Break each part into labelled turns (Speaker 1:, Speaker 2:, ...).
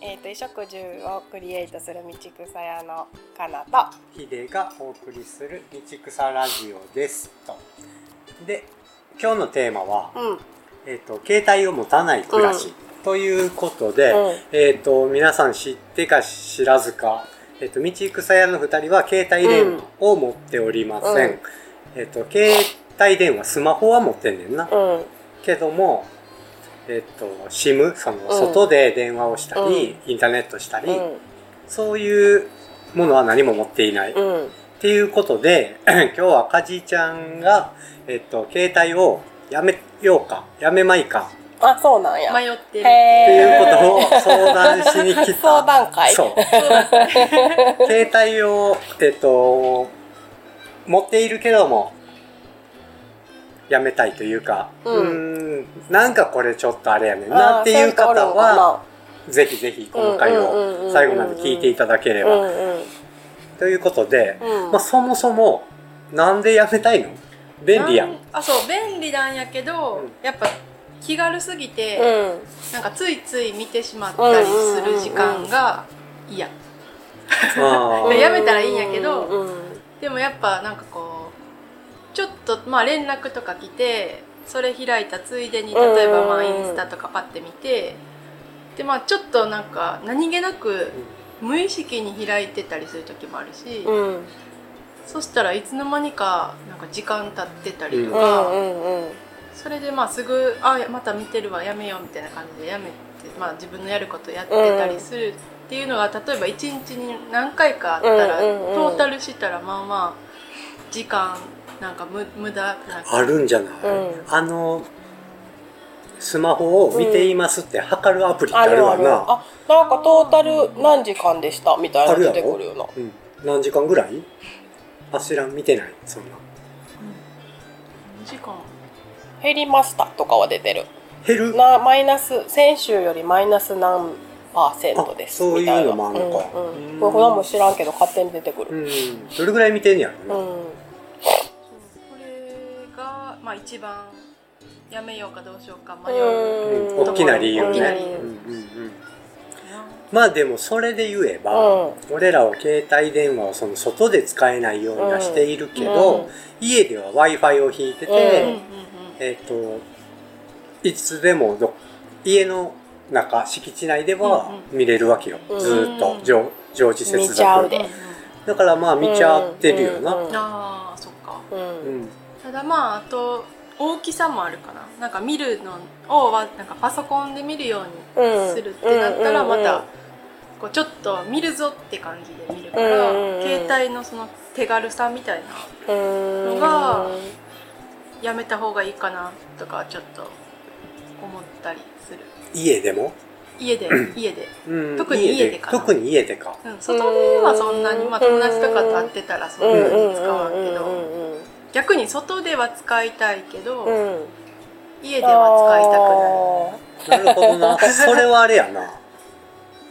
Speaker 1: 衣食住をクリエイトする道草屋のかなと
Speaker 2: ヒデがお送りする道草ラジオですとで今日のテーマは、
Speaker 1: うん
Speaker 2: えっと携帯を持たない暮らし、
Speaker 1: うん
Speaker 2: ということで、
Speaker 1: うん
Speaker 2: えっと皆さん知ってか知らずか、えっと道草屋の2人は携帯電話を持っておりません、
Speaker 1: うん
Speaker 2: えっと携帯電話スマホは持ってんねんな、
Speaker 1: うん
Speaker 2: けどもえっと SIM その
Speaker 1: うん
Speaker 2: 外で電話をしたり、インターネットしたり、そういうものは何も持っていない、
Speaker 1: う
Speaker 2: っ
Speaker 1: んうん
Speaker 2: ていうことで 今日はかじちゃんが、えっと、携帯をやめようかやめまいか
Speaker 1: あそうなんや
Speaker 3: 迷ってる。
Speaker 2: ってい
Speaker 1: へ
Speaker 2: う
Speaker 1: ー
Speaker 2: ことを相談しに来た。
Speaker 1: 相談会
Speaker 2: そう。携帯を、えっと、持っているけども、やめたいというか、
Speaker 1: うん
Speaker 2: ーんなんかこれちょっとあれやねんなっていう方は、ぜひぜひこの回
Speaker 1: うんうんうんうんう
Speaker 2: を
Speaker 1: ん
Speaker 2: 最後まで聞いていただけれ
Speaker 1: そういう人お
Speaker 2: ば。
Speaker 1: るのかなうんうん
Speaker 2: ということで、
Speaker 1: うん
Speaker 2: まあそもそも、なんでやめたいの便利や
Speaker 3: なん
Speaker 2: ん。
Speaker 3: あ、そう、便利なんやけど、
Speaker 2: うん
Speaker 3: やっぱ気軽すぎて、
Speaker 1: うん
Speaker 3: なんかついつい見てしまったりする時間が嫌。
Speaker 2: あ
Speaker 3: で
Speaker 2: ー
Speaker 3: やめたらいいんやけど
Speaker 1: うんうん
Speaker 3: でもやっぱなんかこう、ちょっとまあ連絡とか来て、それ開いたついでに、例えばまあ
Speaker 1: うん
Speaker 3: インスタとかパッて見て、でまあちょっとなんか何気なく無意識に開いてたりする時もあるし、
Speaker 1: うん
Speaker 3: そしたらいつの間にかなんか時間経ってたりと
Speaker 1: う
Speaker 3: か、
Speaker 1: んうんうん
Speaker 3: それでまあすぐ「あまた見てるわやめよう」みたいな感じでやめて、まあ、自分のやることやってたりするっていうのが、例えば一日に何回かあったら、
Speaker 1: うんうんうん
Speaker 3: トータルしたらまあまあ時間なんかむ無駄なんか
Speaker 2: あるんじゃない、
Speaker 1: うん
Speaker 2: あのスマホを見ていますって測るアプリってあるわな、
Speaker 1: あなんかトータル何時間でしたみたいなの出てくるよな
Speaker 2: うん、何時間ぐらいあ知らん見てないそんな
Speaker 3: 時間
Speaker 1: 減りましたとかは出てる
Speaker 2: 減る
Speaker 1: なマイナス先週よりマイナス何パーセントです
Speaker 2: あそういう
Speaker 1: みたな
Speaker 2: のもあんのか
Speaker 1: うんうん
Speaker 2: うん
Speaker 1: これ普段も知らんけど勝手に出てく
Speaker 2: う
Speaker 1: る
Speaker 2: んどれぐらい見てんねやろ
Speaker 1: う
Speaker 2: な、
Speaker 1: ん
Speaker 3: これが、まあ、一番やめようかどうしようか迷う
Speaker 1: うん
Speaker 2: うん大きな理由ね
Speaker 1: 大きな理
Speaker 2: うん
Speaker 1: 由
Speaker 2: うんうん
Speaker 3: かな、
Speaker 2: まあでもそれで言えば、
Speaker 1: うん
Speaker 2: 俺らは携帯電話をその外で使えないようにはしているけど、
Speaker 1: うん
Speaker 2: 家では w i f i を引いてて、
Speaker 1: うん
Speaker 3: うんうん
Speaker 2: えっ、といつでもど家の中敷地内では見れるわけよ、
Speaker 1: うん
Speaker 2: ずーっと常常時接
Speaker 1: 見ちゃう
Speaker 2: 続
Speaker 1: で
Speaker 3: うんうん
Speaker 2: だからまあ見ちゃってるよな、
Speaker 1: うん
Speaker 3: うんああそっか
Speaker 1: うん
Speaker 2: うん
Speaker 3: ただまああと大きさもあるかななんか見るのをはなんかパソコンで見るよう
Speaker 1: うん
Speaker 3: にするってなった
Speaker 1: う
Speaker 3: ら
Speaker 1: んうん
Speaker 3: ま
Speaker 1: うん
Speaker 3: たこうちょっと見るぞって感じで見るか
Speaker 1: うんうんう
Speaker 3: ら
Speaker 1: ん
Speaker 3: 携帯のその手軽さみたいな
Speaker 1: うん
Speaker 3: のがやめた方がいいかなとかちょっと思ったりする
Speaker 2: 家でも、
Speaker 3: 家で家で、
Speaker 2: うん
Speaker 3: 特に家でかな
Speaker 2: 特に家でか
Speaker 3: うん、外ではそんなにまあ友達とかと会ってたらそ
Speaker 1: うんん
Speaker 3: なに
Speaker 1: うん
Speaker 3: 使わんけど逆に外では使いたいけど、
Speaker 1: うんうん
Speaker 3: 家では
Speaker 2: なるほ どなそれはあれやな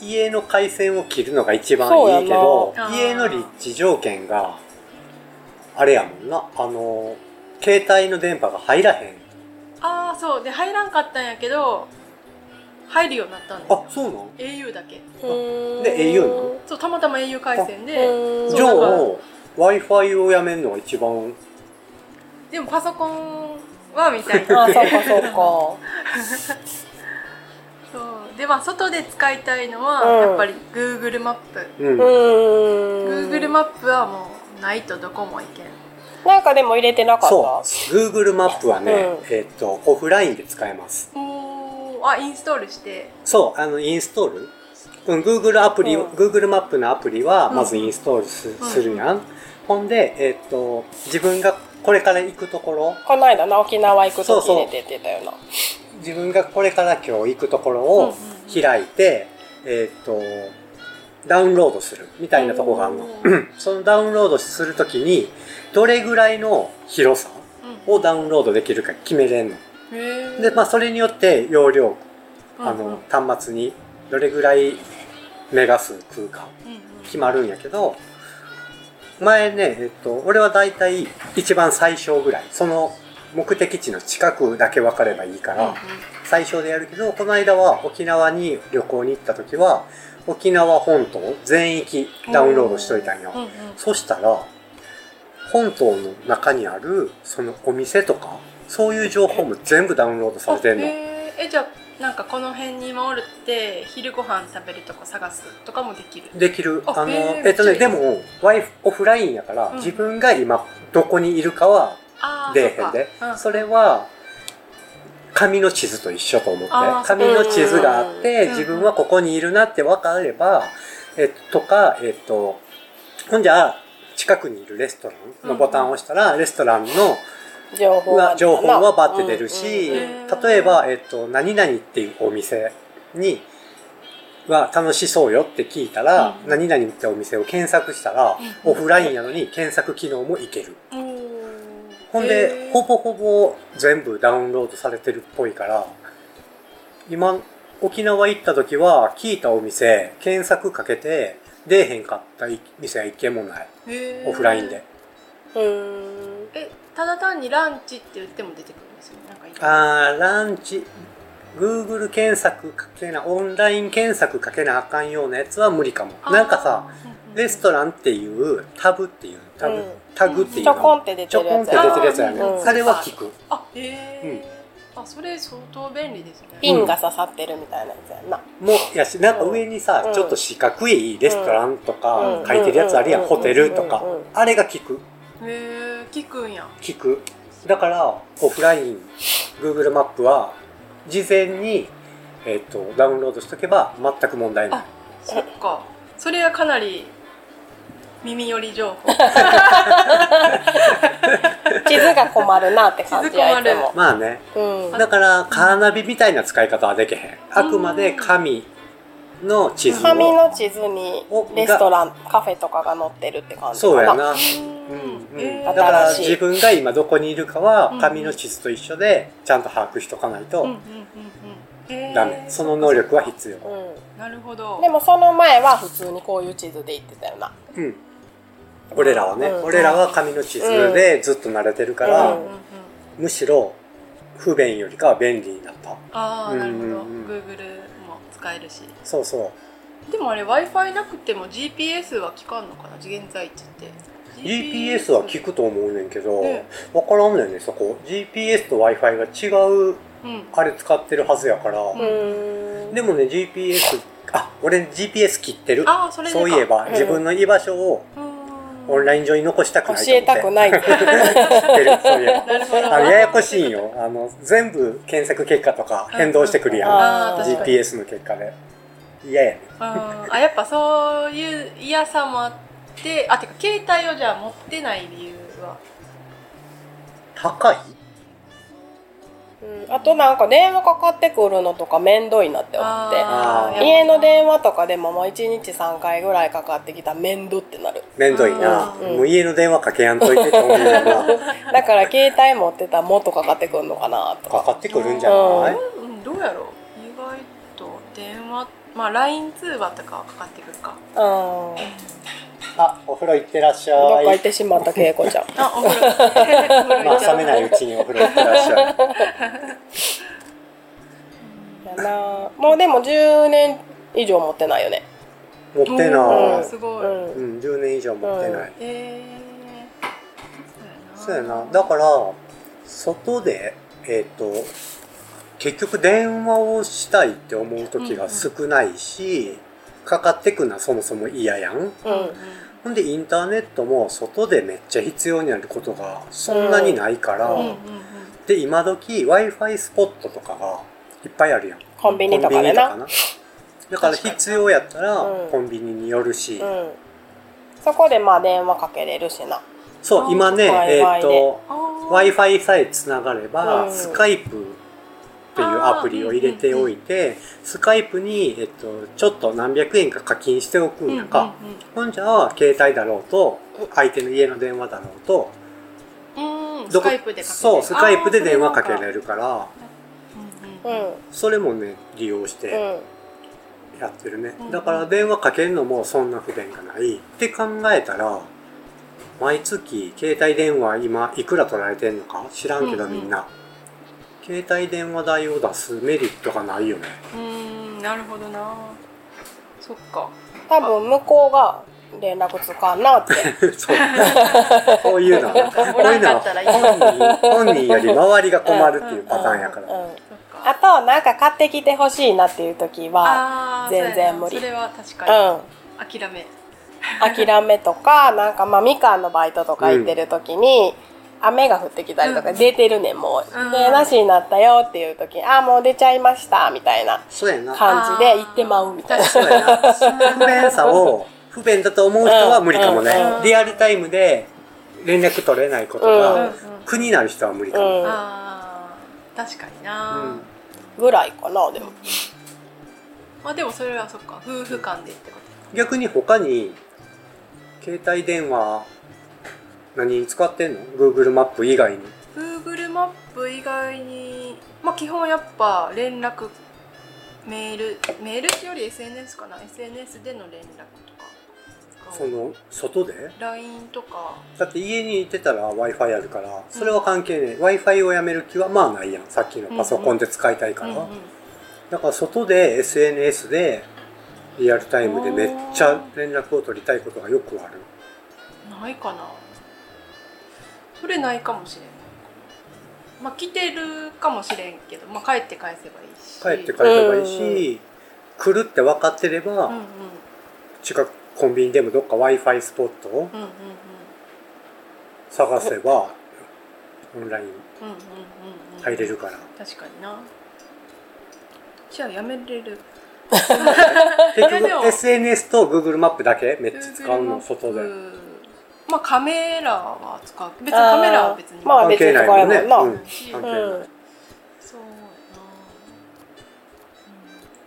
Speaker 2: 家の回線を切るのが一番
Speaker 1: そうやない
Speaker 2: いけど
Speaker 3: あー
Speaker 2: 家の立地条件があれやもんなあの携帯の電波が入らへん
Speaker 3: 使いたくないああそうで入らんかったんやけど入るようになったんです
Speaker 2: あ
Speaker 3: よ
Speaker 2: そうなん
Speaker 3: au だけ
Speaker 1: 使
Speaker 2: で au なの
Speaker 3: そうたまたま au 回線で
Speaker 1: うん
Speaker 3: そう
Speaker 2: じゃあ
Speaker 3: だから
Speaker 2: w i f i をやめるのが一番
Speaker 3: でもパソコンはみたい
Speaker 1: あ
Speaker 3: な
Speaker 1: そうかそう
Speaker 3: そうでまあ外で使いたいのは、
Speaker 1: うん
Speaker 3: やっぱり Google マップ
Speaker 2: うん、
Speaker 1: かうん
Speaker 3: Google マップはもうないとどこも行けん
Speaker 1: なんかでも入れてなかった
Speaker 2: そう Google マップはね、
Speaker 1: うん
Speaker 2: えっ、とオフラインで使えます
Speaker 3: おーあインストールして
Speaker 2: そう、あの、インストール。うん、Google アプリ、
Speaker 1: うん
Speaker 2: Google マップのアプリは、
Speaker 3: うん
Speaker 2: まずインストールす,、
Speaker 3: ん
Speaker 2: るやん。ほんで、えっと、自分がこれから行くところ、
Speaker 1: この間な沖縄行く
Speaker 2: そう
Speaker 1: 時
Speaker 2: そう
Speaker 1: 入れてってたよな
Speaker 2: 自分がこれから今日行くところ
Speaker 3: うん
Speaker 2: を
Speaker 3: うんうん
Speaker 2: 開いて、えっと、ダウンロードするみたいなとこがあるの。
Speaker 3: うん
Speaker 2: そのダウンロードするときに、どれぐらいの広さをダウンロードできるか決めれんの。
Speaker 3: へー
Speaker 2: で、まあ、それによって容量、
Speaker 3: うんうん
Speaker 2: あの、端末にどれぐらいメガ数空間。
Speaker 3: うんうん
Speaker 2: 決まるんやけど前ねえっと俺はだいたい一番最小ぐらいその目的地の近くだけ分かればいいから、最小でやるけどこの間は沖縄に旅行に行った時は沖縄本島全域ダウンロードしといたんよ、
Speaker 3: うんうん
Speaker 2: そしたら本島の中にあるそのお店とかそういう情報も全部ダウンロードされてん
Speaker 3: あ
Speaker 2: の
Speaker 3: へーえじゃあなんかこの辺に今おるって昼ご飯食べるとこ探すとかもできる
Speaker 2: できる
Speaker 3: あ
Speaker 2: あの
Speaker 3: へー
Speaker 2: えっと
Speaker 3: め
Speaker 2: ね
Speaker 3: っちゃ
Speaker 2: で
Speaker 3: いい
Speaker 2: もワイフオフラインやから、
Speaker 3: うん
Speaker 2: 自分が今どこにいるかは
Speaker 3: あー
Speaker 2: 出えへんで
Speaker 3: そっかうん
Speaker 2: それは紙の地図と一緒と思って
Speaker 3: あー
Speaker 2: 紙の地図があっ
Speaker 3: う
Speaker 2: て
Speaker 3: ん
Speaker 2: 自分はここにいるなって分かれば、えっと、とか、えっと、ほんじゃ近くにいるレストランのボタンを押したらレストランの
Speaker 1: 情報
Speaker 2: が
Speaker 1: が
Speaker 2: 情報はバッて出るし
Speaker 1: うんうん
Speaker 3: うんうん
Speaker 2: 例えば、えっと、何々っていうお店には楽しそうよって聞いたら
Speaker 3: うん
Speaker 2: 何々ってお店を検索したら
Speaker 3: うん
Speaker 2: オフラインやのに検索機能もいける。
Speaker 3: うん
Speaker 2: ほん
Speaker 3: へ
Speaker 2: で
Speaker 3: ー
Speaker 2: ほぼほぼ全部ダウンロードされてるっぽいから今沖縄行った時は聞いたお店検索かけて出えへんかったい店は一軒もない
Speaker 3: へー
Speaker 2: オフラインで
Speaker 1: うん
Speaker 3: えただ単にランチって言っても出てくるんですよねなんかいい
Speaker 2: あーランチ Google 検索かけなオンライン検索かけなあかんようなやつは無理かも
Speaker 3: あー
Speaker 2: なんかさ
Speaker 3: うんうん
Speaker 2: レストランっていうタブっていうタブ、
Speaker 1: うん
Speaker 2: タグっていう
Speaker 1: ちょこん
Speaker 2: の
Speaker 1: って出
Speaker 2: ち
Speaker 1: て
Speaker 2: ょ
Speaker 1: る
Speaker 2: こ
Speaker 1: や
Speaker 2: んっ
Speaker 1: つ
Speaker 2: て
Speaker 1: や
Speaker 2: 出
Speaker 1: な
Speaker 2: てるやつやね
Speaker 1: うん
Speaker 2: あれは聞く
Speaker 3: あへえ、あそれ相当便利ですね
Speaker 1: ピンが刺さってるみたいなやつやな
Speaker 2: もやしなんか上にさ、
Speaker 1: うん
Speaker 2: ちょっと四角いレストランとか
Speaker 1: うん
Speaker 2: 書いてるやつあるやん、
Speaker 1: うん
Speaker 2: ホテルとか、
Speaker 1: うんうん
Speaker 2: あれが効く
Speaker 3: へえ聞くんや
Speaker 2: 効くだからオフライン Google マップは事前に、えっとダウンロードしとけば全く問題ない
Speaker 3: あそっかそれはかなり耳寄り情報
Speaker 1: 地図が困るなって感じ やい
Speaker 3: 地図
Speaker 1: つ
Speaker 3: 困
Speaker 1: も
Speaker 2: まあね
Speaker 1: うん
Speaker 2: だからカーナビみたいな使い方はできへんあくまで紙の地図
Speaker 1: 紙
Speaker 2: を
Speaker 1: の地図にレストランカフェとかが載ってるって感じかな
Speaker 2: そうやなう
Speaker 3: う
Speaker 2: んうん
Speaker 3: え
Speaker 2: だ
Speaker 3: ー
Speaker 2: から
Speaker 1: 新しい
Speaker 2: 自分が今どこにいるかは
Speaker 3: うん
Speaker 2: 紙の地図と一緒でちゃんと把握しとかない
Speaker 3: うんうん
Speaker 2: と
Speaker 3: うんうんへー
Speaker 2: ダメその能力は必要
Speaker 1: う
Speaker 3: なるほど
Speaker 1: ん、でもその前は普通にこういう地図で行ってたよな
Speaker 2: うん俺らはね、
Speaker 1: うん
Speaker 2: 俺らは紙の地図でずっと慣れてるか
Speaker 3: うん
Speaker 2: ら、
Speaker 3: うんうん
Speaker 2: むしろ不便よりかは便利になった
Speaker 3: ああなるほど
Speaker 2: うんうんうん
Speaker 3: Google も使えるし
Speaker 2: そうそう
Speaker 3: でもあれ w i f i なくても GPS は効かんのかな現在地って
Speaker 2: GPS は効くと思うねんけど、
Speaker 3: ね
Speaker 2: 分からんねんねそこ GPS と w i f i が違う
Speaker 3: うん
Speaker 2: あれ使ってるはずやから、
Speaker 3: ん
Speaker 1: うん
Speaker 2: でもね GPS あ俺 GPS 切ってる
Speaker 3: ああそれでか
Speaker 2: そういえば、
Speaker 1: うん
Speaker 2: 自分の居場所をオン
Speaker 3: イ
Speaker 2: ライン上に残したく
Speaker 1: 教
Speaker 2: ないと思って
Speaker 1: えたくない
Speaker 2: 知ってるそういえば
Speaker 3: ンなるほど
Speaker 2: あのややこしいんよあの全部検索結果とか変動してくるやん、
Speaker 1: うんうんうん
Speaker 3: あー確かに
Speaker 2: GPS の結果で嫌やね
Speaker 3: あーあやっぱそういう嫌さもあってあてか携帯をじゃあ持ってない理由は
Speaker 2: 高い
Speaker 1: うんあとなんか電話かかってくるのとか面倒いなって思っ
Speaker 2: あー
Speaker 1: て家の電
Speaker 3: 話
Speaker 1: 話とかでももう1日3回ぐらいかかってきたら面倒ってなる
Speaker 2: めんどいな、
Speaker 1: うん
Speaker 2: もう家の電話かけやんといてって思うよな
Speaker 1: だから携帯持ってたらもっとかかってくるのかなと
Speaker 2: か
Speaker 1: か
Speaker 2: かってくるんじゃない
Speaker 3: うんどうやろう意外と電話まあ LINE 通話とかはかかってくるか
Speaker 1: うん
Speaker 2: あお風呂行ってらっし
Speaker 1: どっか
Speaker 2: ゃ
Speaker 1: 行っ
Speaker 2: い
Speaker 1: てしまった恵子ちゃん
Speaker 3: あお風呂 お風呂
Speaker 2: ま
Speaker 3: 行
Speaker 2: あ
Speaker 3: っちゃ
Speaker 2: 冷
Speaker 3: う
Speaker 2: めないうちにお風呂行ってらっしゃい
Speaker 1: やなもうでも10年以上持ってないよね
Speaker 2: 持って
Speaker 3: お
Speaker 2: な
Speaker 3: ー
Speaker 2: い
Speaker 3: すごい、
Speaker 1: うん
Speaker 2: うん、10年以上持ってない、
Speaker 3: えー
Speaker 2: そうやなだから外でえっ、と結局電話をしたいって思う時が少ないし、かかってくんのはそもそも嫌やん
Speaker 1: うん
Speaker 3: うん
Speaker 2: ほんでインターネットも外でめっちゃ必要になることがそんなにないから、
Speaker 1: うん
Speaker 3: うんうん
Speaker 2: で今時 w i f i スポットとかがいっぱいあるやん
Speaker 1: コンビニとかでな
Speaker 2: コンビニだから必要やったら
Speaker 1: うん
Speaker 2: コンビニによるし、
Speaker 1: うんそこでまあ電話かけれるしな
Speaker 2: そう今ね
Speaker 1: あー
Speaker 2: えっ、
Speaker 1: Wi-Fi で
Speaker 2: と
Speaker 3: あー
Speaker 2: w i f i さえつながれば、
Speaker 1: うん
Speaker 2: スカイプっていうアプリを入れておいて、スカイプに、えっと、ちょっと何百円か課金しておくんやか、ほんじゃあ携帯だろうと相手の家の電話だろうと
Speaker 3: うんうんうんうん
Speaker 2: ど
Speaker 3: ス
Speaker 2: こ
Speaker 3: カイプでかける
Speaker 2: そうスカイプで電話かけれ
Speaker 3: る
Speaker 2: るから
Speaker 1: うんうん
Speaker 2: それもね利用してやってるね、だから電話かけるのもそんな不便がないって考えたら毎月携帯電話今いくら取られてんのか知らんけど
Speaker 3: うんうん
Speaker 2: みんな、携帯電話代を出すメリットがない よね
Speaker 3: うーんなるほどなそっか
Speaker 1: 多分向こうが連絡つかんな って
Speaker 2: そうこういう のはこういうの
Speaker 3: おらんかったらいい
Speaker 2: は本人本人より周りが困るっていうパターンやか
Speaker 1: う
Speaker 2: ら
Speaker 1: んうん
Speaker 3: そっか
Speaker 1: あとなんか買ってきてほしいなっていう時は
Speaker 3: あー
Speaker 1: 全然無理
Speaker 3: そうやなそれは確
Speaker 1: う
Speaker 3: か
Speaker 1: ん
Speaker 3: に諦め
Speaker 1: 諦めとかなんかまあみかんのバイトとか行ってる時に、雨が降ってきたりとか
Speaker 3: うん
Speaker 1: 出てるねんもう、
Speaker 3: うん
Speaker 1: でなしになったよっていう時ああもう出ちゃいましたみたいな
Speaker 2: そうやな
Speaker 1: 感じで行ってまうみたいな
Speaker 3: あー
Speaker 2: そうやなその不便さを不便だと思う人は無理かもね、
Speaker 1: うん
Speaker 3: うん
Speaker 2: リアルタイムで連絡取れないこと
Speaker 1: う
Speaker 2: が
Speaker 1: ん
Speaker 3: 確かにうんうん
Speaker 2: 苦になる人は無理かも、
Speaker 1: うん
Speaker 3: あー確かにな、
Speaker 2: うん
Speaker 1: ぐらいかなでも
Speaker 3: まあでもそれはそっか夫婦間でってこと
Speaker 2: 逆に他に携帯電話何に使ってんの ?Google マップ以外に
Speaker 3: Google マップ以外にまあ基本やっぱ連絡メールメールってより SNS かな SNS での連絡とか
Speaker 2: その外で
Speaker 3: LINE とか
Speaker 2: だって家にいてたら w i f i あるからそれは関係ない w i f i をやめる気はまあないやんさっきのパソコンで使いたいから、
Speaker 3: うんうん
Speaker 2: だから外で SNS でリアルタイムでめっちゃ連絡を取りたいことがよくある
Speaker 3: ないかなそれないかもしれないまあ来てるかもしれんけど、まあ、帰って返せばいい
Speaker 2: 帰
Speaker 3: し
Speaker 2: って帰ればいいし、来るって分かってれば、
Speaker 3: うんうん
Speaker 2: 近くコンビニでもどっか w i f i スポットを
Speaker 3: うんうんうん
Speaker 2: 探せば、オンライン
Speaker 3: うんうんうんうん
Speaker 2: 入れるから
Speaker 3: 確かになじゃあやめれる
Speaker 2: 結
Speaker 3: れでも
Speaker 2: 局 SNS と Google マップだけめっちゃ使う
Speaker 3: Google マッ
Speaker 2: の
Speaker 3: プ
Speaker 2: 外で
Speaker 3: まあカメラは使う別にカメラは別に
Speaker 1: まあ別に使えないも
Speaker 2: 関係ないも
Speaker 1: ん
Speaker 2: ん
Speaker 1: な
Speaker 2: ね
Speaker 3: し
Speaker 2: 関係
Speaker 1: う
Speaker 2: ない
Speaker 1: ん、
Speaker 3: そうやな、う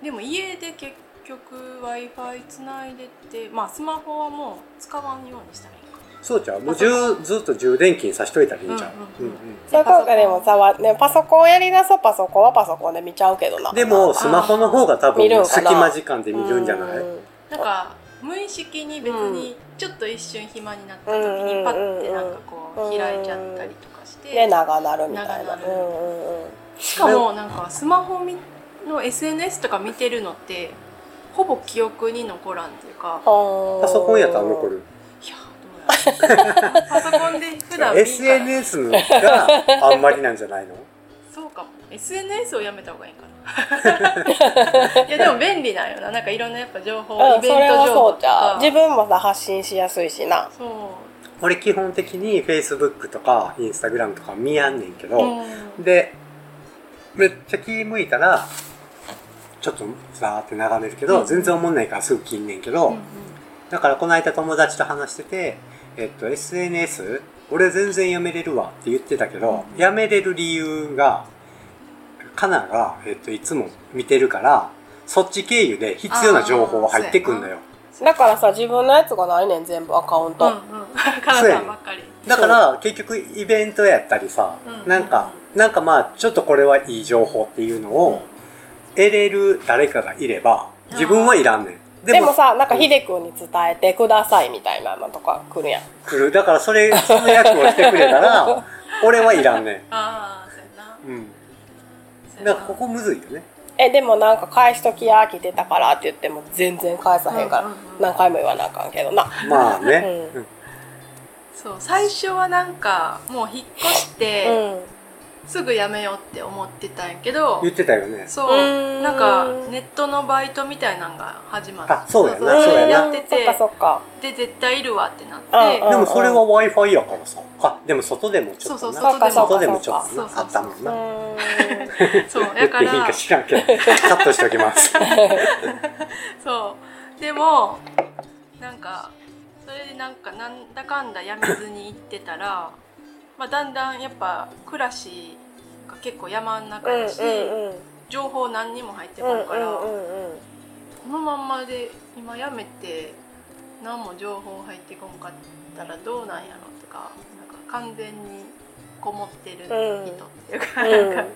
Speaker 3: んでも家で結局 w i f i つないでてまあスマホはもう使わんようにしたらいいか
Speaker 2: そうじゃんもう充ずっと充電器にさしといたらいいんじゃん、
Speaker 3: う
Speaker 2: うんん
Speaker 3: うんうん
Speaker 1: そういうことでもさわ、ね、パソコンやりだすとパソコンはパソコンで見ちゃうけどな
Speaker 2: でもスマホの方が多
Speaker 1: 見るん
Speaker 2: 分
Speaker 1: か
Speaker 2: 隙
Speaker 1: な
Speaker 2: 間時間で見るんじゃない、
Speaker 1: うん
Speaker 3: なんか無意識に別にちょっと一瞬暇になった時
Speaker 1: う
Speaker 3: に
Speaker 1: ん
Speaker 3: パッてなんかこう開いちゃったりとかして、
Speaker 1: で長なるみたいな
Speaker 3: 長なる
Speaker 1: うんうんうん
Speaker 3: しかもなんかスマホみの SNS とか見てるのってほぼ記憶に残らんっていうか
Speaker 1: パ
Speaker 2: パソコンやったら残る
Speaker 3: いやどう やろうパソコンで普段見んから
Speaker 2: SNS のがあんまりなんじゃないの
Speaker 3: そうかも SNS をやめた方がいいんかな いやでも便利なんよななんかいろんなやっぱ情報、
Speaker 1: う
Speaker 3: イ
Speaker 1: ん、
Speaker 3: ベン
Speaker 1: それ
Speaker 3: ト
Speaker 1: は
Speaker 3: 情
Speaker 1: そ
Speaker 3: 報
Speaker 1: う
Speaker 3: と
Speaker 1: じゃ
Speaker 3: か
Speaker 1: ん自分もさ発信しやすいしな
Speaker 3: そ
Speaker 2: 俺基本的に Facebook とか Instagram とか見やんねんけ
Speaker 3: う、う
Speaker 2: ど、
Speaker 3: ん、
Speaker 2: でめっちゃ気向いたらちょっとザーって眺めるけど、
Speaker 3: うん
Speaker 2: 全然思んないからすぐ切んねんけど、
Speaker 3: うんうん
Speaker 2: だからこの間友達と話してて、えっと、SNS 俺全然やめれるわって言ってたけど、
Speaker 3: うん
Speaker 2: やめれる理由がカナが、えっと、いつも見てるからそっち経由で必要な情報は入ってくんだよ
Speaker 1: だからさ自分のやつがないねん全部アカウント、
Speaker 3: うんうんカナさんばっかり
Speaker 2: だから結局イベントやったりさ、
Speaker 3: うん
Speaker 2: なんかなんかまあちょっとこれはいい情報っていうのを得れる誰かがいれば自分はいらんねん
Speaker 1: でもさなんかヒデ君に伝えてくださいみたいなのとか来るやん
Speaker 2: 来るだからそれその役をしてくれた ら俺はいらんね
Speaker 3: ああそうやなん
Speaker 2: うん
Speaker 3: そう
Speaker 2: だ
Speaker 3: やな
Speaker 2: からここむずいよね
Speaker 1: えでもなんか返しときや来てたからって言っても全然返さへんから、
Speaker 3: うんうんうん
Speaker 1: 何回も言わなあかんけどな
Speaker 2: まあね、
Speaker 1: う
Speaker 3: そう最初はなんかもう引っ越し
Speaker 1: う
Speaker 3: て、
Speaker 1: ん
Speaker 3: すぐやめようって思ってたんやけど
Speaker 2: 言ってたよね
Speaker 3: そうう
Speaker 1: ーん
Speaker 3: なんかネットのバイトみたいなのが始まって
Speaker 2: あそうやな
Speaker 3: そう
Speaker 2: そうやな
Speaker 3: やってて
Speaker 1: そっかそっか
Speaker 3: で絶対いるわってなって
Speaker 1: うんうん
Speaker 2: でもそれは w i f i やからさあでも外でもちょっとな
Speaker 3: そうそう
Speaker 2: 外
Speaker 1: 外
Speaker 2: で
Speaker 1: で
Speaker 2: も
Speaker 1: も
Speaker 2: ちょっと
Speaker 3: そう
Speaker 2: な
Speaker 3: そうそう
Speaker 2: あったもん
Speaker 1: う
Speaker 2: な
Speaker 1: ーん
Speaker 3: そう
Speaker 2: 言
Speaker 3: だ
Speaker 2: っ
Speaker 3: か
Speaker 2: ていいん
Speaker 3: ら
Speaker 2: か知らんけどカットしときます
Speaker 3: そうでもなんかそれでなんかなんだかんだやめずに行ってたら、まあ、だんだんやっぱ暮らしが結構山の中だし、
Speaker 1: うんうんうん
Speaker 3: 情報何にも入って
Speaker 1: う
Speaker 3: く
Speaker 1: ん
Speaker 3: るから、
Speaker 1: うんうん
Speaker 3: このまんまで今やめて何も情報入ってこんかったらどうなんやろとかなんか完全にこもってる人っていうか,、
Speaker 1: うん
Speaker 3: なんか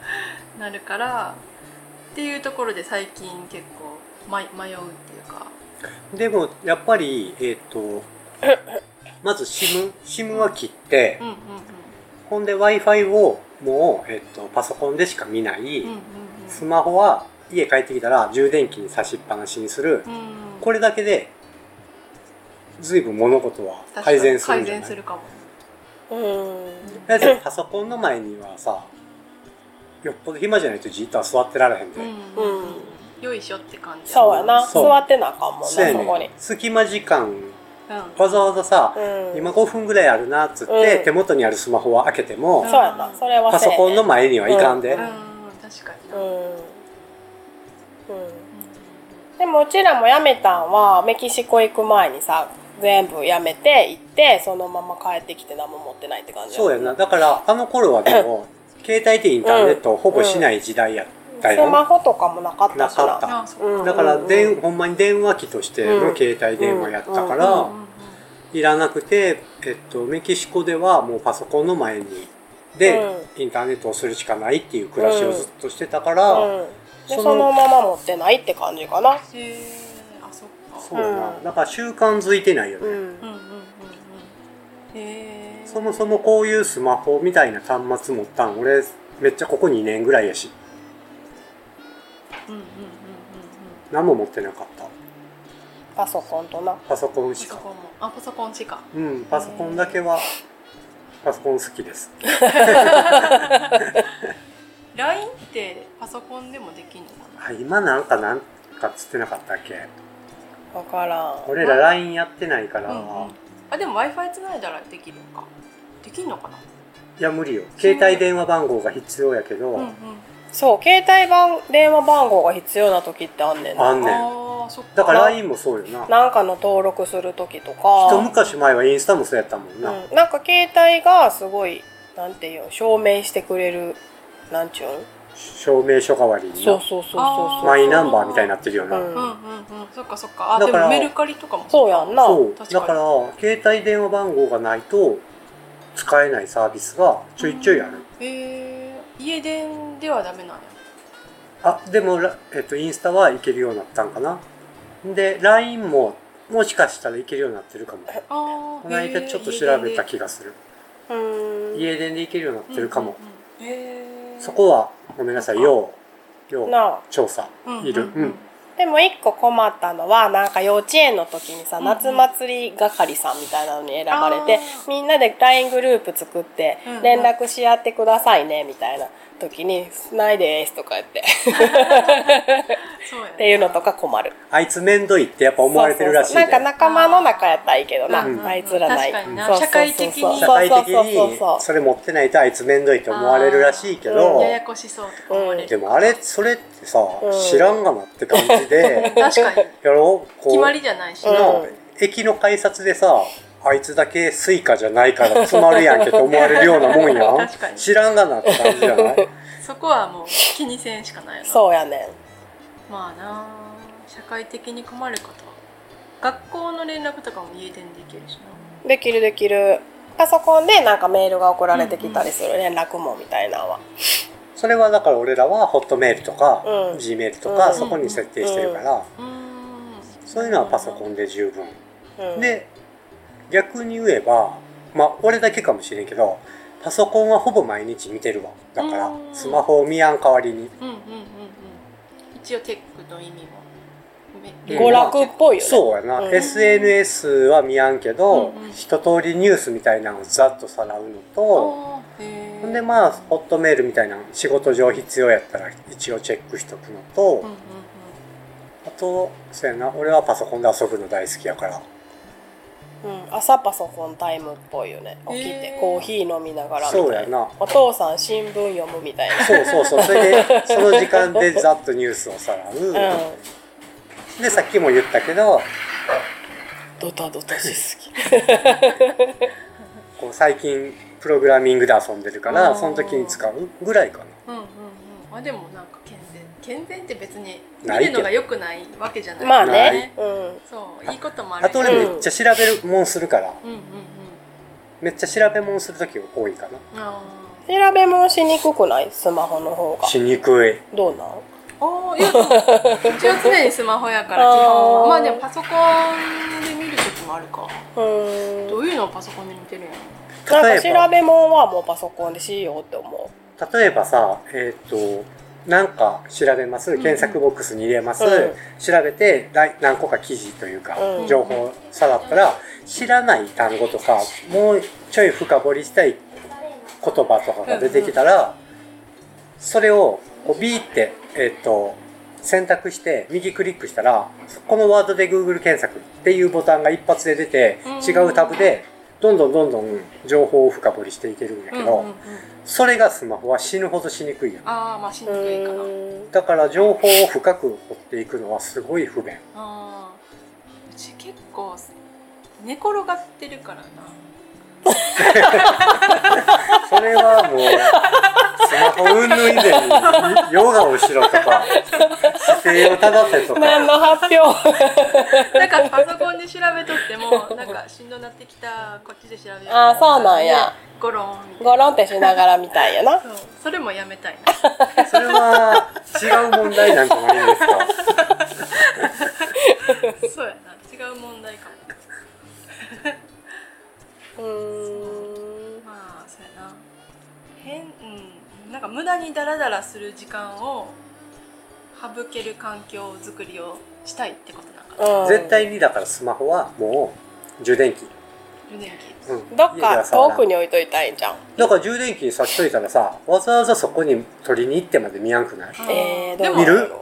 Speaker 3: なるからっていうところで最近結構迷迷うっていうか。
Speaker 2: でもやっぱりえっ、とまず SIM、SIM は切って、
Speaker 3: うんうん
Speaker 2: ほんで Wi-Fi をもう、えっと、パソコンでしか見ない、
Speaker 3: うんうんうん
Speaker 2: スマホは家帰ってきたら充電器に差しっぱなしにする、
Speaker 3: うん
Speaker 2: これだけで随分物事は
Speaker 3: 確かに
Speaker 2: 改善するんじゃ
Speaker 3: 改
Speaker 2: な
Speaker 3: 善
Speaker 2: い
Speaker 3: するかも
Speaker 1: うん
Speaker 2: だってパソコンの前にはさよっぽど暇じゃないとじっとは座ってられへんで、
Speaker 3: うんうんよいしょって感じ
Speaker 1: そうやな
Speaker 2: そう
Speaker 1: 座ってなあかんもんな
Speaker 2: そうや
Speaker 1: そこ
Speaker 2: ね
Speaker 1: に
Speaker 2: ん隙間時間
Speaker 3: うん
Speaker 2: わざわざさ、
Speaker 1: うん
Speaker 2: 今5分ぐらいあるなっつって、
Speaker 1: うん
Speaker 2: 手元にあるスマホは開けても、
Speaker 1: そうやなそれは
Speaker 2: パ
Speaker 1: せえ
Speaker 2: ソ
Speaker 1: ね
Speaker 2: コンの前にはいかんで、
Speaker 1: う
Speaker 3: うん確かに
Speaker 1: う
Speaker 3: な、うん
Speaker 1: んうんでもうちらも辞めたんはメキシコ行く前にさ全部辞めて行ってそのまま帰ってきて何も持ってないって感じ
Speaker 2: そうやなだからあの頃はでも携帯でインターネットをほぼしない時代やった
Speaker 1: ス
Speaker 2: よ、
Speaker 1: マホとかもなかったしな
Speaker 2: なかった
Speaker 3: あそう
Speaker 1: うん
Speaker 2: だからでん、ほんまに電話機として
Speaker 1: う
Speaker 2: の
Speaker 1: ん
Speaker 2: 携帯電話やったから、
Speaker 1: うん
Speaker 3: うん
Speaker 2: いらなくて、えっと、メキシコではもうパソコンの前にで、インターネットをするしかないっていう暮らしをずっとしてたから、
Speaker 1: うん、で
Speaker 2: その
Speaker 1: そのまま持ってないって感じかな
Speaker 3: へえあそっか
Speaker 2: そうやな、
Speaker 1: うん
Speaker 2: だから習慣づいてないよね、
Speaker 1: うん
Speaker 3: うんうんうんうんへえ
Speaker 2: そもそもこういうスマホみたいな端末持ったん俺めっちゃここ2年ぐらいやし
Speaker 3: うんうんうんうんうん
Speaker 2: 何も持ってなかった
Speaker 1: パソコンとな
Speaker 2: パソコン
Speaker 3: パ
Speaker 2: し
Speaker 3: ソ
Speaker 2: か
Speaker 3: コンもあパソコンしか
Speaker 2: うんパソコンだけはパソコン好きです
Speaker 3: LINE ってパソコンでもできんのかな
Speaker 2: あ今なんかなんかつってなかったっけ
Speaker 1: 分からん
Speaker 2: 俺ら LINE やってないから、
Speaker 3: うんうんあでも w i f i つないだらできるのかできんのかない
Speaker 2: や無理よ携帯電話番号が必要やけど、
Speaker 3: うんうん
Speaker 1: そう携帯番電話番号が必要な時ってあんねんな
Speaker 2: あんねん
Speaker 3: ああそっか
Speaker 2: だから LINE もそうよな
Speaker 1: なんかの登録する時と
Speaker 2: 一
Speaker 1: か、
Speaker 2: 昔前はインスタもそうやったも
Speaker 1: う
Speaker 2: ん
Speaker 1: ん、
Speaker 2: な、
Speaker 1: なんか携帯がすごいなんていうの証明してくれるなんちゅうん
Speaker 2: 証明書代わりにな
Speaker 1: そうそうそうそう
Speaker 3: あ
Speaker 1: そう
Speaker 2: マイナンバーみたいになってるよな、
Speaker 1: うん
Speaker 3: うんうんうんそっかそっかあ
Speaker 2: だ
Speaker 3: で
Speaker 2: から
Speaker 3: もメルカリとかも
Speaker 1: そうやんな
Speaker 2: そう
Speaker 3: 確か
Speaker 2: だ
Speaker 3: に
Speaker 2: から携帯電話番号がないと使えないサービスがちょいちょいある、
Speaker 3: へえ家電ではダメなんや
Speaker 2: あでも、らえっと、インスタはいけるようになったんかなで LINE ももしかしたらいけるようになってるかも
Speaker 3: ああ
Speaker 2: この間ちょっと調べた気がする
Speaker 1: うん
Speaker 2: 家電でいけるようになってるかも、
Speaker 3: へえ
Speaker 2: そこはごめんなさい要要
Speaker 1: なあ
Speaker 2: 調査いる、うん
Speaker 1: でも一個困ったのはなんか幼稚園の時にさ、
Speaker 3: うんうん
Speaker 1: 夏祭り係さんみたいなのに選ばれ
Speaker 3: あ
Speaker 1: て
Speaker 3: ー
Speaker 1: みんなで LINE グループ作って
Speaker 3: うんうん
Speaker 1: 連絡し合ってくださいねみたいな時に「ないです」とか言って
Speaker 3: そうやね
Speaker 1: っていうのとか困る
Speaker 2: あいつめんどいってやっぱ思われてるらしい
Speaker 1: そう
Speaker 2: で
Speaker 1: そうそうなんか仲間の中やったらいいけどな、
Speaker 3: うんうん
Speaker 1: あいつらない
Speaker 3: 確かにな
Speaker 1: そうそうそう
Speaker 3: 社会的に
Speaker 2: 社
Speaker 1: そう
Speaker 2: 会
Speaker 1: そう
Speaker 2: 的
Speaker 1: そうそう
Speaker 2: にそれ持ってないとあいつめんどいって思われるらしいけ
Speaker 1: あー
Speaker 2: ど
Speaker 3: ややこしそうとか思われ
Speaker 2: で
Speaker 3: る
Speaker 2: もあれそれってさ、
Speaker 1: ん
Speaker 2: 知らんがなって感じ で
Speaker 3: 確かに
Speaker 2: やろうこ
Speaker 3: 決まり
Speaker 2: う
Speaker 3: じゃないし
Speaker 1: う
Speaker 3: な
Speaker 1: の
Speaker 2: の駅の改札でさあいつだけスイカじゃないから詰まるやんけって思われるようなもんやん
Speaker 3: 確かに
Speaker 2: 知らんがなって感じじゃない
Speaker 3: そこはもう気にせんしかないよな
Speaker 1: そうやね
Speaker 3: まあな社会的に困ること学校の連絡とかも家電できるし
Speaker 1: んできるできるパソコンでなんかメールが送られてきたりする、連絡網みたいなのは
Speaker 2: それはだから俺らはホットメールとか、
Speaker 1: うん
Speaker 2: G メールとか、
Speaker 1: うん
Speaker 2: そこに設定してるから、
Speaker 3: なうーん
Speaker 2: そういうのはパソコンで十分、
Speaker 1: うん、
Speaker 2: で逆に言えばまあ俺だけかもしれんけどパソコンはほぼ毎日見てるわだから
Speaker 3: うん
Speaker 2: スマホを見やん代わりに
Speaker 3: うんうんうんうん一応テックの意味もめ
Speaker 1: 娯楽っぽいよね
Speaker 2: そうやな、
Speaker 1: うん
Speaker 2: SNS は見やんけど、
Speaker 3: うんうん
Speaker 2: 一通りニュースみたいなのをざっとさらうのと、
Speaker 3: あーへー
Speaker 2: ほんでまあホットメールみたいなの仕事上必要やったら一応チェックしとくのと、
Speaker 3: うんうんうん
Speaker 2: あとそうやな俺はパソコンで遊ぶの大好きやから
Speaker 1: うん、朝パソコンタイムっぽいよね起きて
Speaker 3: へー
Speaker 1: コーヒー飲みながらみたい
Speaker 2: そうやな
Speaker 1: お父さん新聞読むみたいな
Speaker 2: そうそうそうそれでその時間でざっとニュースをさらう、
Speaker 1: うん
Speaker 2: でさっきも言ったけど
Speaker 1: ドタドタしすぎ
Speaker 2: こう最近プログラミングで遊んでるから
Speaker 3: あー
Speaker 2: その時に使うぐらいかな
Speaker 3: うんうんうんまあでもなんか健全健全って別に見
Speaker 2: ないけど
Speaker 3: るのが良くないわけじゃない
Speaker 1: まあ
Speaker 2: な
Speaker 1: ね
Speaker 2: い、
Speaker 1: うん、
Speaker 3: そういいこともある
Speaker 2: あと俺めっちゃ調べるもんするから、
Speaker 3: うんうんうん
Speaker 2: めっちゃ調べもんする時多いかな
Speaker 3: あ
Speaker 1: 調べもしにくくないスマホの方が
Speaker 2: しにくい
Speaker 1: どうなん
Speaker 3: ーあーいやでもうちは常にスマホやから基本
Speaker 1: あー
Speaker 3: はまあでもパソコンで見るときももあるか
Speaker 1: うん
Speaker 3: どういうのをパソコンで見てるんやろ
Speaker 1: なんか
Speaker 2: 例えば
Speaker 1: 調べ物はもうパソコンでしようって思
Speaker 2: 例えばさ、えっ、と、なんか調べます、
Speaker 3: うん
Speaker 2: 検索ボックスに入れます、
Speaker 1: うん
Speaker 2: 調べてだい何個か記事というか、
Speaker 1: うん
Speaker 2: 情報をさらったら、知らない単語とか、もうちょい深掘りしたい言葉とかが出てきたら、それをこうビーって、えっ、と、選択して右クリックしたら、このワードで Google 検索っていうボタンが一発で出て、違
Speaker 3: うん
Speaker 2: うタブで、どんどんどんどん情報を深掘りしていけるんやけど、
Speaker 3: うんうんうん、
Speaker 2: それがスマホは死ぬほどしにくいよね
Speaker 3: ああまあしに
Speaker 1: う。
Speaker 3: くいかな
Speaker 1: うん
Speaker 2: だから情報を深く掘っていくのはすごい不便
Speaker 3: あーうち結構寝転がってるからな
Speaker 2: それはもうスマホ云々以前にヨガをしろとか姿勢を正せと
Speaker 1: 何
Speaker 2: か
Speaker 1: の発表
Speaker 3: なんかパソコンで調べとってもなんかしんどなってきたこっちで調べよ
Speaker 1: あーそうなんや
Speaker 3: ゴロンみたいな
Speaker 1: ゴロンってしながらみたいやな
Speaker 3: そうそれもやめたい な
Speaker 2: それは違う問題なんじゃないですか
Speaker 3: そうやな違う問題かも
Speaker 1: うーん
Speaker 3: まあそうやな変うんなんか無駄にダラダラする時間を省ける環境づくりをしたいってことなんかな
Speaker 1: うん
Speaker 2: 絶対にだからスマホはもう充電器、
Speaker 3: 充電器
Speaker 2: うん
Speaker 1: どっ
Speaker 2: 家では
Speaker 1: か
Speaker 2: 触
Speaker 1: 遠
Speaker 2: らん
Speaker 1: くに置いといたいんじゃん
Speaker 2: だから充電器にさしといたらさわざわざそこに取りに行ってまで見やんくない
Speaker 1: えー、
Speaker 3: で
Speaker 1: どう
Speaker 3: も
Speaker 1: なんやろ
Speaker 2: 見る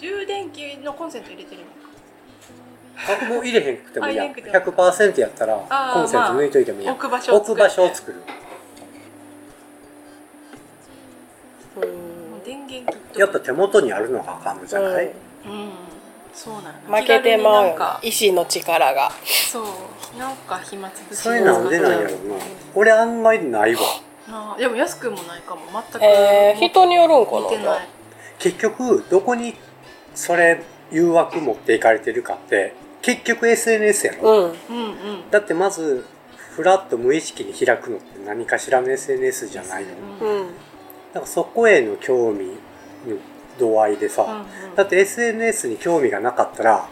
Speaker 3: 充電器のコンセント入れてるのか
Speaker 2: あもう入れへんくてもいいや
Speaker 3: あ入れへんくても
Speaker 2: 100%やったら
Speaker 3: あー
Speaker 2: コンセント抜いといてもいいやん
Speaker 3: 置く場所
Speaker 2: 置く場所を作る
Speaker 1: う
Speaker 3: もうん電源切っと
Speaker 2: やっぱ手元にあるのがあかんのじゃない、
Speaker 1: うん
Speaker 3: うんそうなの
Speaker 1: 負けてまう
Speaker 3: 気軽になん
Speaker 1: よ
Speaker 3: か
Speaker 1: 意志の力が
Speaker 3: そうなんか暇つぶし
Speaker 2: それなんでなんやろうな俺案外ないわ
Speaker 3: なあでも安くもないかも全く
Speaker 1: えー、人によるんか
Speaker 3: 見てな
Speaker 1: ない
Speaker 2: 結局どこにそれ誘惑持っていかれてるかって結局 SNS やろ、
Speaker 1: うん
Speaker 3: うんうん
Speaker 2: だってまずフラッと無意識に開くのって何かしらの SNS じゃないの、
Speaker 3: うん
Speaker 1: う
Speaker 3: う
Speaker 1: ん
Speaker 3: ん
Speaker 2: だからそこへの興味の度合いでさ、
Speaker 3: うん
Speaker 2: だって SNS に興味がなかったら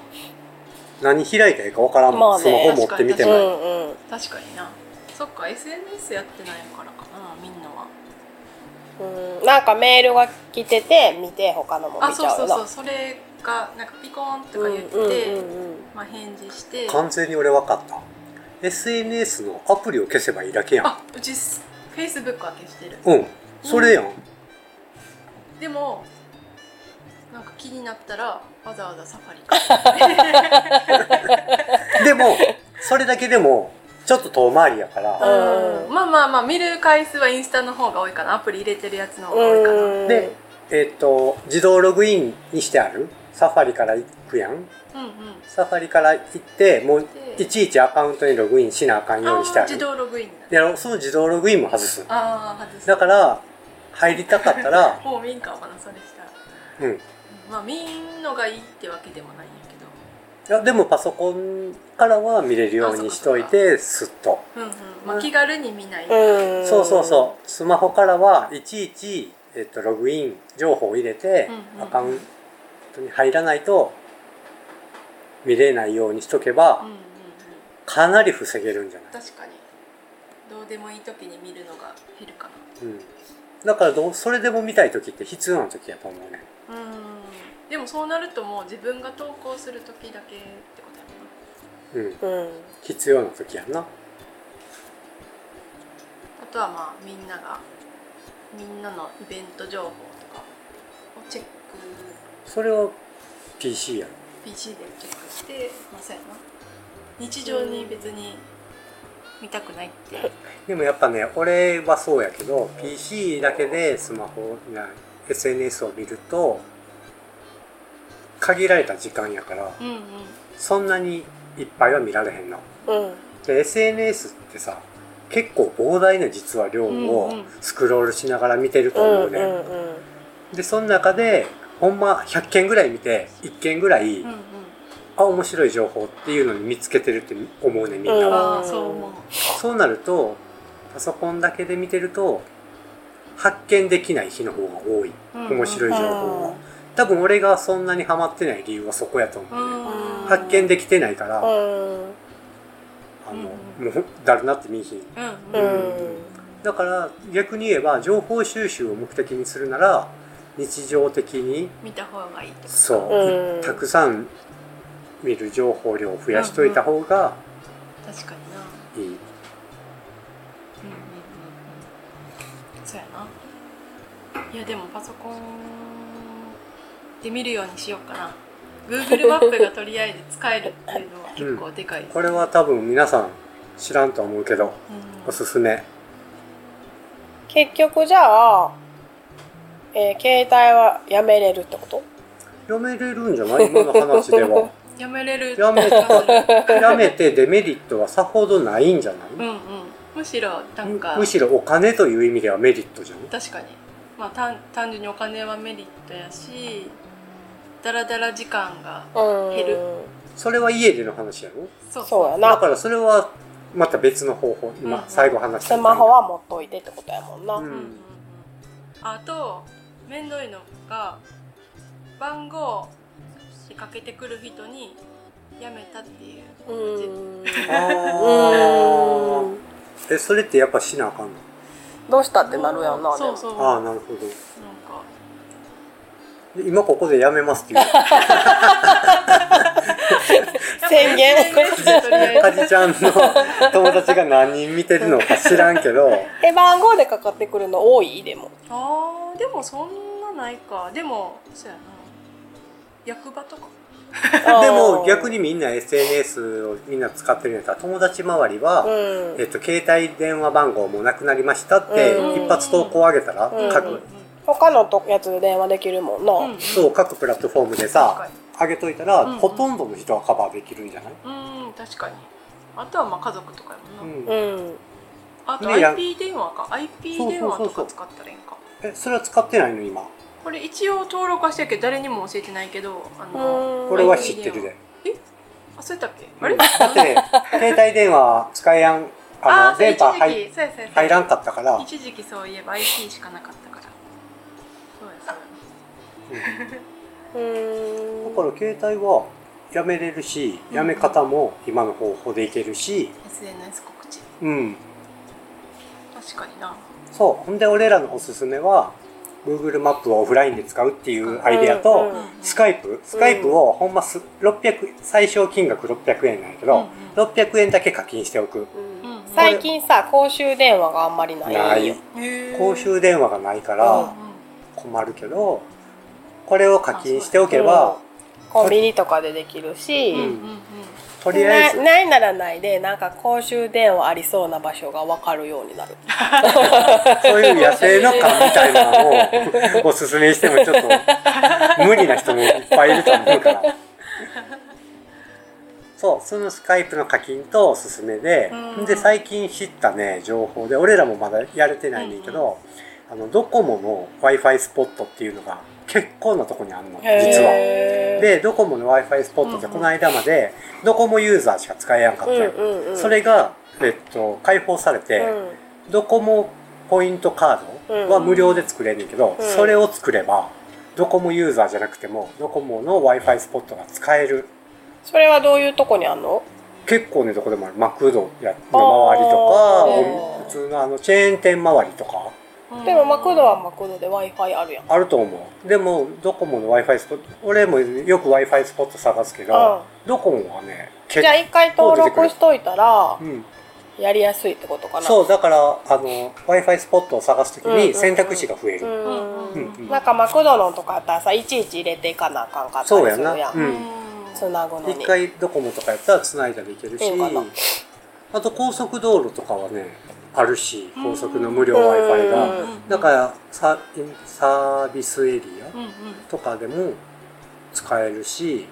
Speaker 2: 何開いたらいいかわからんもん、
Speaker 1: まあね
Speaker 2: スマホ持ってみて
Speaker 1: う
Speaker 2: も、
Speaker 1: んうん
Speaker 3: 確かになそっか SNS やってないからかなみんなは
Speaker 1: うんなんかメールが来てて見て他のも
Speaker 3: あ
Speaker 1: 見ち
Speaker 3: そう
Speaker 1: ゃ
Speaker 3: そうう
Speaker 1: な
Speaker 3: そうそれがなんかピコーンとか言って、
Speaker 1: うんうんうんうん
Speaker 3: まあ、返事して
Speaker 2: 完全に俺分かった SNS のアプリを消せばいいだけやん
Speaker 3: あうち Facebook は消してる
Speaker 2: うんそれやん、
Speaker 3: でもなんか気になったらわざわざサファリから
Speaker 2: でもそれだけでもちょっと遠回りやから、
Speaker 1: うん
Speaker 3: うんまあまあまあ見る回数はインスタの方が多いかなアプリ入れてるやつの方が多いかなうん
Speaker 1: うん
Speaker 2: でえっ、と自動ログインにしてあるサファリから行くやん
Speaker 3: うん
Speaker 2: サファリから行ってもう
Speaker 3: で
Speaker 2: いちいちアカウントにログインしなあかんよう
Speaker 3: あ
Speaker 2: にして
Speaker 3: ー
Speaker 2: あ
Speaker 3: 自
Speaker 2: る
Speaker 3: 動ログインになる
Speaker 2: やろその自動ログインも外す
Speaker 3: ああ外す
Speaker 2: だから入りたかったら
Speaker 3: もう民家はなそれしたら
Speaker 2: うんい
Speaker 3: まあ見んのがいいってわけでもないんやけど
Speaker 2: やでもパソコンからは見れるようにしといてスッと
Speaker 3: うんうんまあ、気軽に見ない、
Speaker 1: うん
Speaker 2: そうそうそうスマホからはいちいち、えっと、ログイン情報を入れて、
Speaker 3: うんう
Speaker 2: ア
Speaker 3: ん
Speaker 2: カウントに入らないと見れないようにしとけば、
Speaker 3: うんうんうん、
Speaker 2: かなり防げるんじゃない、
Speaker 3: 確かにどうでもいい時に見るのが減るか
Speaker 2: うん、だからどうそれでも見たい時って必要な時やと思うね
Speaker 3: なうんでもそうなるともう自分が投稿する時だけってことやな
Speaker 2: うん
Speaker 1: うん
Speaker 2: 必要な時やんな
Speaker 3: あとはまあみんながみんなのイベント情報とかをチェック
Speaker 2: それは PC やろ
Speaker 3: PC でチェックしてまあそうやな日常に別に見たくないって
Speaker 2: でもやっぱね俺はそうやけど PC だけでスマホや SNS を見ると限られた時間やから
Speaker 3: うんうん
Speaker 2: そんなにいっぱいは見られへんの
Speaker 1: うん
Speaker 2: で SNS ってさ結構膨大な実は量
Speaker 3: う
Speaker 2: を
Speaker 3: んうん
Speaker 2: スクロールしながら見てると
Speaker 1: うん
Speaker 2: 思
Speaker 1: う
Speaker 2: うね、
Speaker 1: んうん
Speaker 2: でその中でほんま100件ぐらい見て1件ぐらい、
Speaker 3: うんうん
Speaker 2: あ面白い情報っていうのに見つけてるって思うねみんなは、
Speaker 3: ああそう思う
Speaker 2: そうなるとパソコンだけで見てると発見できない日の方が多い
Speaker 3: うんうん
Speaker 2: 面白い情報
Speaker 1: う
Speaker 2: を
Speaker 1: ん
Speaker 2: 多分俺がそんなにハマってない理由はそこやと思うね、
Speaker 3: うん
Speaker 2: 発見できてないから、
Speaker 1: うん
Speaker 2: もう誰なって見えひん
Speaker 3: うん
Speaker 1: う
Speaker 3: うんん
Speaker 2: だから逆に言えば情報収集を目的にするなら日常的に
Speaker 3: 見た方がいいってこと
Speaker 2: そう、
Speaker 1: うん
Speaker 2: たくさん見る情報量を増やしといた方が
Speaker 3: 確かにない
Speaker 2: い、
Speaker 3: うんうんうんうんそうやないやでもパソコンで見るようにしようかな Google マップがとりあえず使えるっていうのは結構でかいです、
Speaker 2: これは多分皆さん知らんと思うけど
Speaker 3: うん
Speaker 2: おすすめ
Speaker 1: 結局じゃあ、えー携帯はやめれるってこと
Speaker 2: やめれるんじゃない今の話では
Speaker 3: やめれる
Speaker 2: やめ
Speaker 3: 気がする
Speaker 2: やめてデメリットはさほどないんじゃない、
Speaker 3: うんうんむしろなんか
Speaker 2: むむしろお金という意味ではメリットじゃん
Speaker 3: 確かにまあ単単純にお金はメリットやしだらだら時間が
Speaker 1: うん
Speaker 3: 減る
Speaker 2: それは家での話やろ
Speaker 3: そう
Speaker 1: そうや
Speaker 2: だ
Speaker 1: な
Speaker 2: からそれはまた別の方法今、
Speaker 3: うん
Speaker 2: 最後話して
Speaker 1: スマホは持っといてってことやもんな、
Speaker 2: う
Speaker 3: うんんうんうんあと面倒いのが番号でかけてくる人にやめたっていう
Speaker 1: うーん
Speaker 2: あーえそれってやっぱしなあかんの
Speaker 1: どうしたってなるやんな
Speaker 3: そうそう
Speaker 2: あ
Speaker 3: な
Speaker 2: あ
Speaker 3: ん
Speaker 2: なるほど
Speaker 3: か
Speaker 2: で今ここでやめますっていう
Speaker 1: 宣言
Speaker 3: とりあ
Speaker 2: か
Speaker 3: えず
Speaker 2: じちゃんの友達が何人見てるのか知らんけ ど
Speaker 1: え番号でかかってくるの多いでも
Speaker 3: あーでもそんなないかでもそうやな役場とか
Speaker 1: で
Speaker 2: でも逆にみんな SNS をみんな使ってるんやったら友達周り
Speaker 1: う
Speaker 2: は、
Speaker 1: ん
Speaker 2: えっと、携帯電話番号もなくなりましたって
Speaker 1: うん
Speaker 2: 一発投稿上げたら
Speaker 1: うん
Speaker 2: 各、
Speaker 3: うん
Speaker 1: 他のとやつで電話できるもんな、
Speaker 3: うんうん
Speaker 2: そう各プラットフォームでさ上げといたら、
Speaker 3: うん
Speaker 2: ほとんどの人はカバーできるんじゃない、
Speaker 3: うん確かにあとはまあ家族とかやもんな、
Speaker 2: うん
Speaker 1: うん
Speaker 3: あと
Speaker 2: ねや
Speaker 3: IP 電話か IP 電話とか使ったらいいんか
Speaker 2: えそれは使ってないの今
Speaker 3: これ一応登録はしてるけど誰にも教えてないけどあの
Speaker 1: うん
Speaker 2: これは知ってるで
Speaker 3: あそうやったっけあれ、
Speaker 2: うんだってね携帯電話使えやんあ
Speaker 3: あ
Speaker 2: の
Speaker 3: ー
Speaker 2: 電波
Speaker 3: そう
Speaker 2: 入
Speaker 3: 一時期そうやそうやそう
Speaker 2: 入
Speaker 3: や
Speaker 2: らんかったから
Speaker 3: 一時期そういえば IP しかなかったからそうやそう
Speaker 1: うん
Speaker 2: だから携帯はやめれるしやめ方も今の方法でいけるし
Speaker 3: や SNS 告知
Speaker 2: うん
Speaker 3: 確かにな
Speaker 2: そうほんで俺らのおすすめは Google マップをオフラインで使うっていうアイデアと、
Speaker 1: うんうん
Speaker 2: スカイプスカイプをほんます600最小金額600円なんやけど、
Speaker 3: うんうん
Speaker 2: 600円だけ課金しておく
Speaker 1: うん
Speaker 3: うん
Speaker 1: 最近さ公衆電話があんまりない
Speaker 2: ない
Speaker 3: へー
Speaker 2: 公衆電話がないか
Speaker 3: うん
Speaker 2: ら困るけどこれを課金しておけば、
Speaker 1: コンビニとかでできるし、
Speaker 3: うんうんうん
Speaker 2: とりあえず
Speaker 1: なないならないでなんか公衆電話ありそうな場所が分かるようになる
Speaker 2: そういう野生の感みたいなのをおすすめしてもちょっと無理な人もいっぱいいると思うからそうそのスカイプの課金とおすすめで
Speaker 3: うん
Speaker 2: で最近知ったね情報で俺らもまだやれてないねんけど、あのドコモの w i f i スポットっていうのが結構なとこにあるの実は。
Speaker 1: へー
Speaker 2: でドコモの w i f i スポットってこの間までドコモユーザーしか使えやんかった
Speaker 1: うん
Speaker 2: やん
Speaker 1: うんうん
Speaker 2: それが、えっと、解放されて、
Speaker 1: う
Speaker 2: ドコモポイントカードは無料で作れんねんけど、
Speaker 1: うん
Speaker 2: それを作ればドコモユーザーじゃなくてもドコモの w i f i スポットが使える
Speaker 1: んそれはどういうとこにあんの
Speaker 2: 結構ねどこでもあるマクドや
Speaker 1: あー
Speaker 2: の周りとか
Speaker 1: ね
Speaker 2: お普通のあのチェーン店周りとか
Speaker 3: うん
Speaker 1: でもマクドはマクドで w i f i あるやん
Speaker 2: あると思うでもドコモの w i f i スポット俺もよく w i f i スポット探すけど、ドコモはね結
Speaker 1: じゃあ一回登録しといたら
Speaker 2: うん、
Speaker 1: やりやすいってことかな
Speaker 2: そううだからあの w i f i スポットを探すとき
Speaker 1: うんうんうん
Speaker 2: に選択肢が増える、
Speaker 1: ん
Speaker 3: うん
Speaker 2: うん
Speaker 1: なんかマクドのとかやったらさいちいち入れていかなあかんかったりす
Speaker 2: そう
Speaker 1: る
Speaker 2: や
Speaker 1: やん
Speaker 2: なう
Speaker 3: うんん
Speaker 1: つなぐのに
Speaker 2: 一回ドコモとかやったら繋いだりいけるし、
Speaker 1: うんかな
Speaker 2: あと高速道路とかはねあるし
Speaker 3: うん
Speaker 2: 高速の無料 w i f i
Speaker 1: う
Speaker 2: が
Speaker 1: ん
Speaker 2: だからササービスエリ
Speaker 3: うんうん
Speaker 2: アとかでも使えるし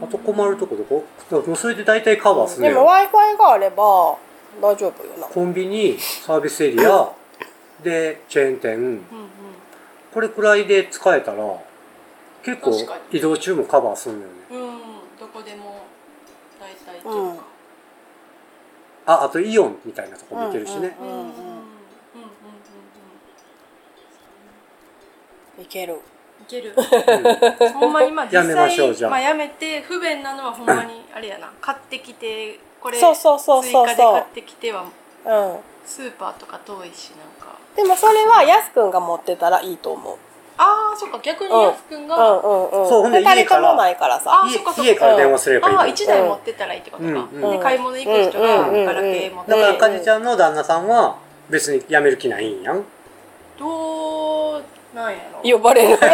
Speaker 3: うん
Speaker 2: あと困るとこどこだからもうそれで大体カバーする
Speaker 1: でも
Speaker 2: のよ
Speaker 1: w i f i があれば大丈夫よな
Speaker 2: コンビニサービスエリアでチェーン店
Speaker 3: うんうん
Speaker 2: これくらいで使えたら結構
Speaker 3: 確か
Speaker 2: 移動中もカバーするのよね
Speaker 3: うんどこでも大体というか
Speaker 2: ああとイオンみたいなとこも行けるしね
Speaker 1: う、んうんうん
Speaker 3: うんうんうん
Speaker 1: いける
Speaker 3: いける
Speaker 2: うん
Speaker 3: ほんま今実際
Speaker 2: やめましょうじゃあ
Speaker 3: まあ、やめて不便なのはほんまにあれやな買ってきてこれ
Speaker 1: そうそうそう
Speaker 3: 追
Speaker 1: そう
Speaker 3: 加で
Speaker 1: そ
Speaker 3: 買
Speaker 1: う
Speaker 3: ってきては
Speaker 1: うん
Speaker 3: スーパーとか遠いしなんか
Speaker 1: でもそれはやすくんが持ってたらいいと思う
Speaker 3: ああそっか逆に
Speaker 1: うん
Speaker 3: やすくんが、
Speaker 1: うんうんうん
Speaker 2: そうほんで
Speaker 1: 二
Speaker 2: 家
Speaker 1: 人
Speaker 2: か
Speaker 1: と
Speaker 2: ら
Speaker 1: もないからさ
Speaker 3: あそっかそっか
Speaker 2: 家から電話すればいい
Speaker 3: ああ
Speaker 2: の
Speaker 3: 1台持ってったらいいってことか、
Speaker 2: うんうん
Speaker 3: で買い物行く人が
Speaker 1: うん
Speaker 3: ガラケー持って、
Speaker 2: だから
Speaker 1: うん
Speaker 2: かじちゃんの旦那さんは別に辞める気ないんや ん
Speaker 3: どうなんやろ
Speaker 1: 呼ばれる
Speaker 2: ま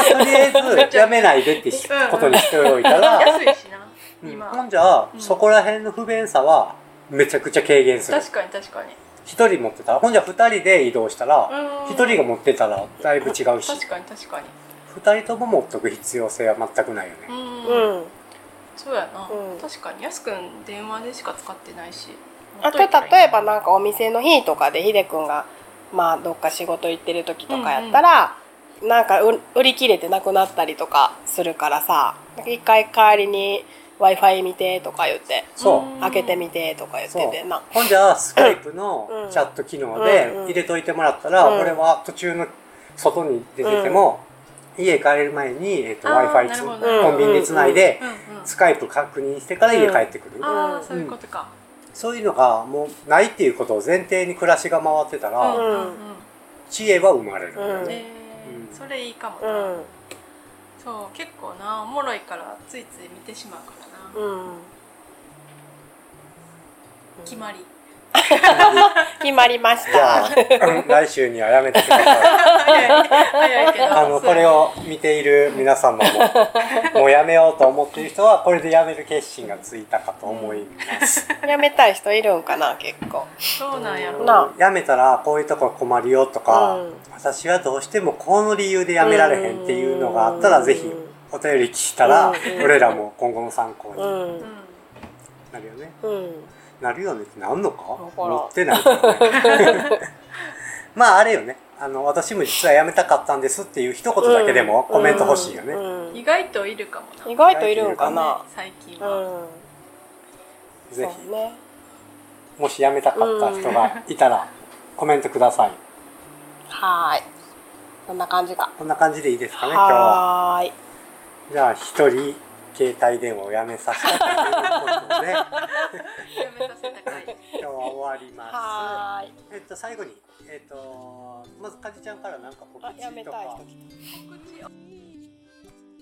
Speaker 2: あとりあえず辞めないでってし
Speaker 3: うんうん
Speaker 2: ことにしておいた ら、
Speaker 3: 安いしな
Speaker 2: うん
Speaker 3: 今、
Speaker 2: ほんじゃあ、
Speaker 3: うん
Speaker 2: そこら辺の不便さはめちゃくちゃ軽減する
Speaker 3: 確かに確かに
Speaker 2: 一人持ってたらほんじゃ二人で移動したら
Speaker 3: うん
Speaker 2: 一人が持ってたらだいぶ違うし
Speaker 3: 確かに確かに
Speaker 2: 二人とも持っとく必要性は全くないよね
Speaker 3: う、ん、
Speaker 1: うん
Speaker 3: そうやな、
Speaker 1: うん
Speaker 3: 確かにやすくん電話でしか使ってないし
Speaker 1: あと例えばなんかお店の日とかでひでくんがまあどっか仕事行ってる時とかやったら、なんかう売り切れてなくなったりとかするからさなんか一回代わりに w i f i 見てとか言って
Speaker 2: そう
Speaker 3: うん
Speaker 1: 開けてみてとか言っててな
Speaker 2: ほんじゃあスカイプ
Speaker 1: う
Speaker 2: の
Speaker 1: ん
Speaker 2: チャット機能で
Speaker 1: うん
Speaker 2: 入れといてもらったら、
Speaker 1: うん
Speaker 2: 俺は途中の外に出てても、家帰る前に、えっと
Speaker 3: あ
Speaker 2: w i
Speaker 3: ー
Speaker 2: f i
Speaker 3: なるほど
Speaker 2: コンビニでつないで、
Speaker 3: うんうん
Speaker 2: スカイプ確認してから家帰ってくる、
Speaker 3: ああそういうことか、
Speaker 2: そういうのがもうないっていうことを前提に暮らしが回ってたら、
Speaker 1: うん
Speaker 2: 知恵は生まれるんだよ
Speaker 1: うん
Speaker 2: ね、
Speaker 3: えー
Speaker 2: うん
Speaker 3: それいいかも
Speaker 1: う
Speaker 3: な、
Speaker 1: ん
Speaker 3: そう結構なおもろいからついつい見てしまうからな、
Speaker 1: うん
Speaker 3: 決まり
Speaker 1: 決まりまし
Speaker 2: じゃ
Speaker 1: た
Speaker 2: あ 来週にはやめてください
Speaker 3: 早い早いけど
Speaker 2: あの
Speaker 3: そう
Speaker 2: これを見ている皆様ももうやめようと思っている人はこれでやめる決心がついたかと思います、
Speaker 1: やめたい人いるんかな結構
Speaker 3: そうなんやろ
Speaker 1: なあ
Speaker 2: やめたらこういうとこ困るよとか、
Speaker 1: うん
Speaker 2: 私はどうしてもこの理由でやめられへんっていうのがあったら
Speaker 1: うん
Speaker 2: ぜひお便り聞いたら
Speaker 1: うん
Speaker 2: 俺らも今後の参考
Speaker 1: う
Speaker 2: に
Speaker 1: ん
Speaker 3: うん
Speaker 2: なるよね
Speaker 1: うん
Speaker 2: なるよねってなんのか
Speaker 1: からん
Speaker 2: 持ってないからねまああれよねあの私も実はやめたかったんですっていう一言だけでも
Speaker 1: うん
Speaker 2: コメント欲しいよね、
Speaker 1: うんうん
Speaker 3: 意外といるかもな
Speaker 1: 意外といるんかな
Speaker 3: 最近
Speaker 1: う
Speaker 3: は、
Speaker 1: ん
Speaker 2: ぜ
Speaker 1: そう
Speaker 2: ひ
Speaker 1: ね
Speaker 2: もしやめたかった人がいたらコメントください
Speaker 1: はーいこんな感じか
Speaker 2: こんな感じでいいですかね今日は。
Speaker 1: はーい
Speaker 2: じゃあ一人携帯電話をやめさせていただくこと で
Speaker 3: やめさせたかい
Speaker 2: 今日は終わりま
Speaker 1: はーい
Speaker 2: す。えっと最後にえっとまずかじちゃんからなんか告
Speaker 1: あや
Speaker 2: 知
Speaker 1: め
Speaker 2: と
Speaker 1: たい
Speaker 2: か
Speaker 1: 人。
Speaker 3: 告知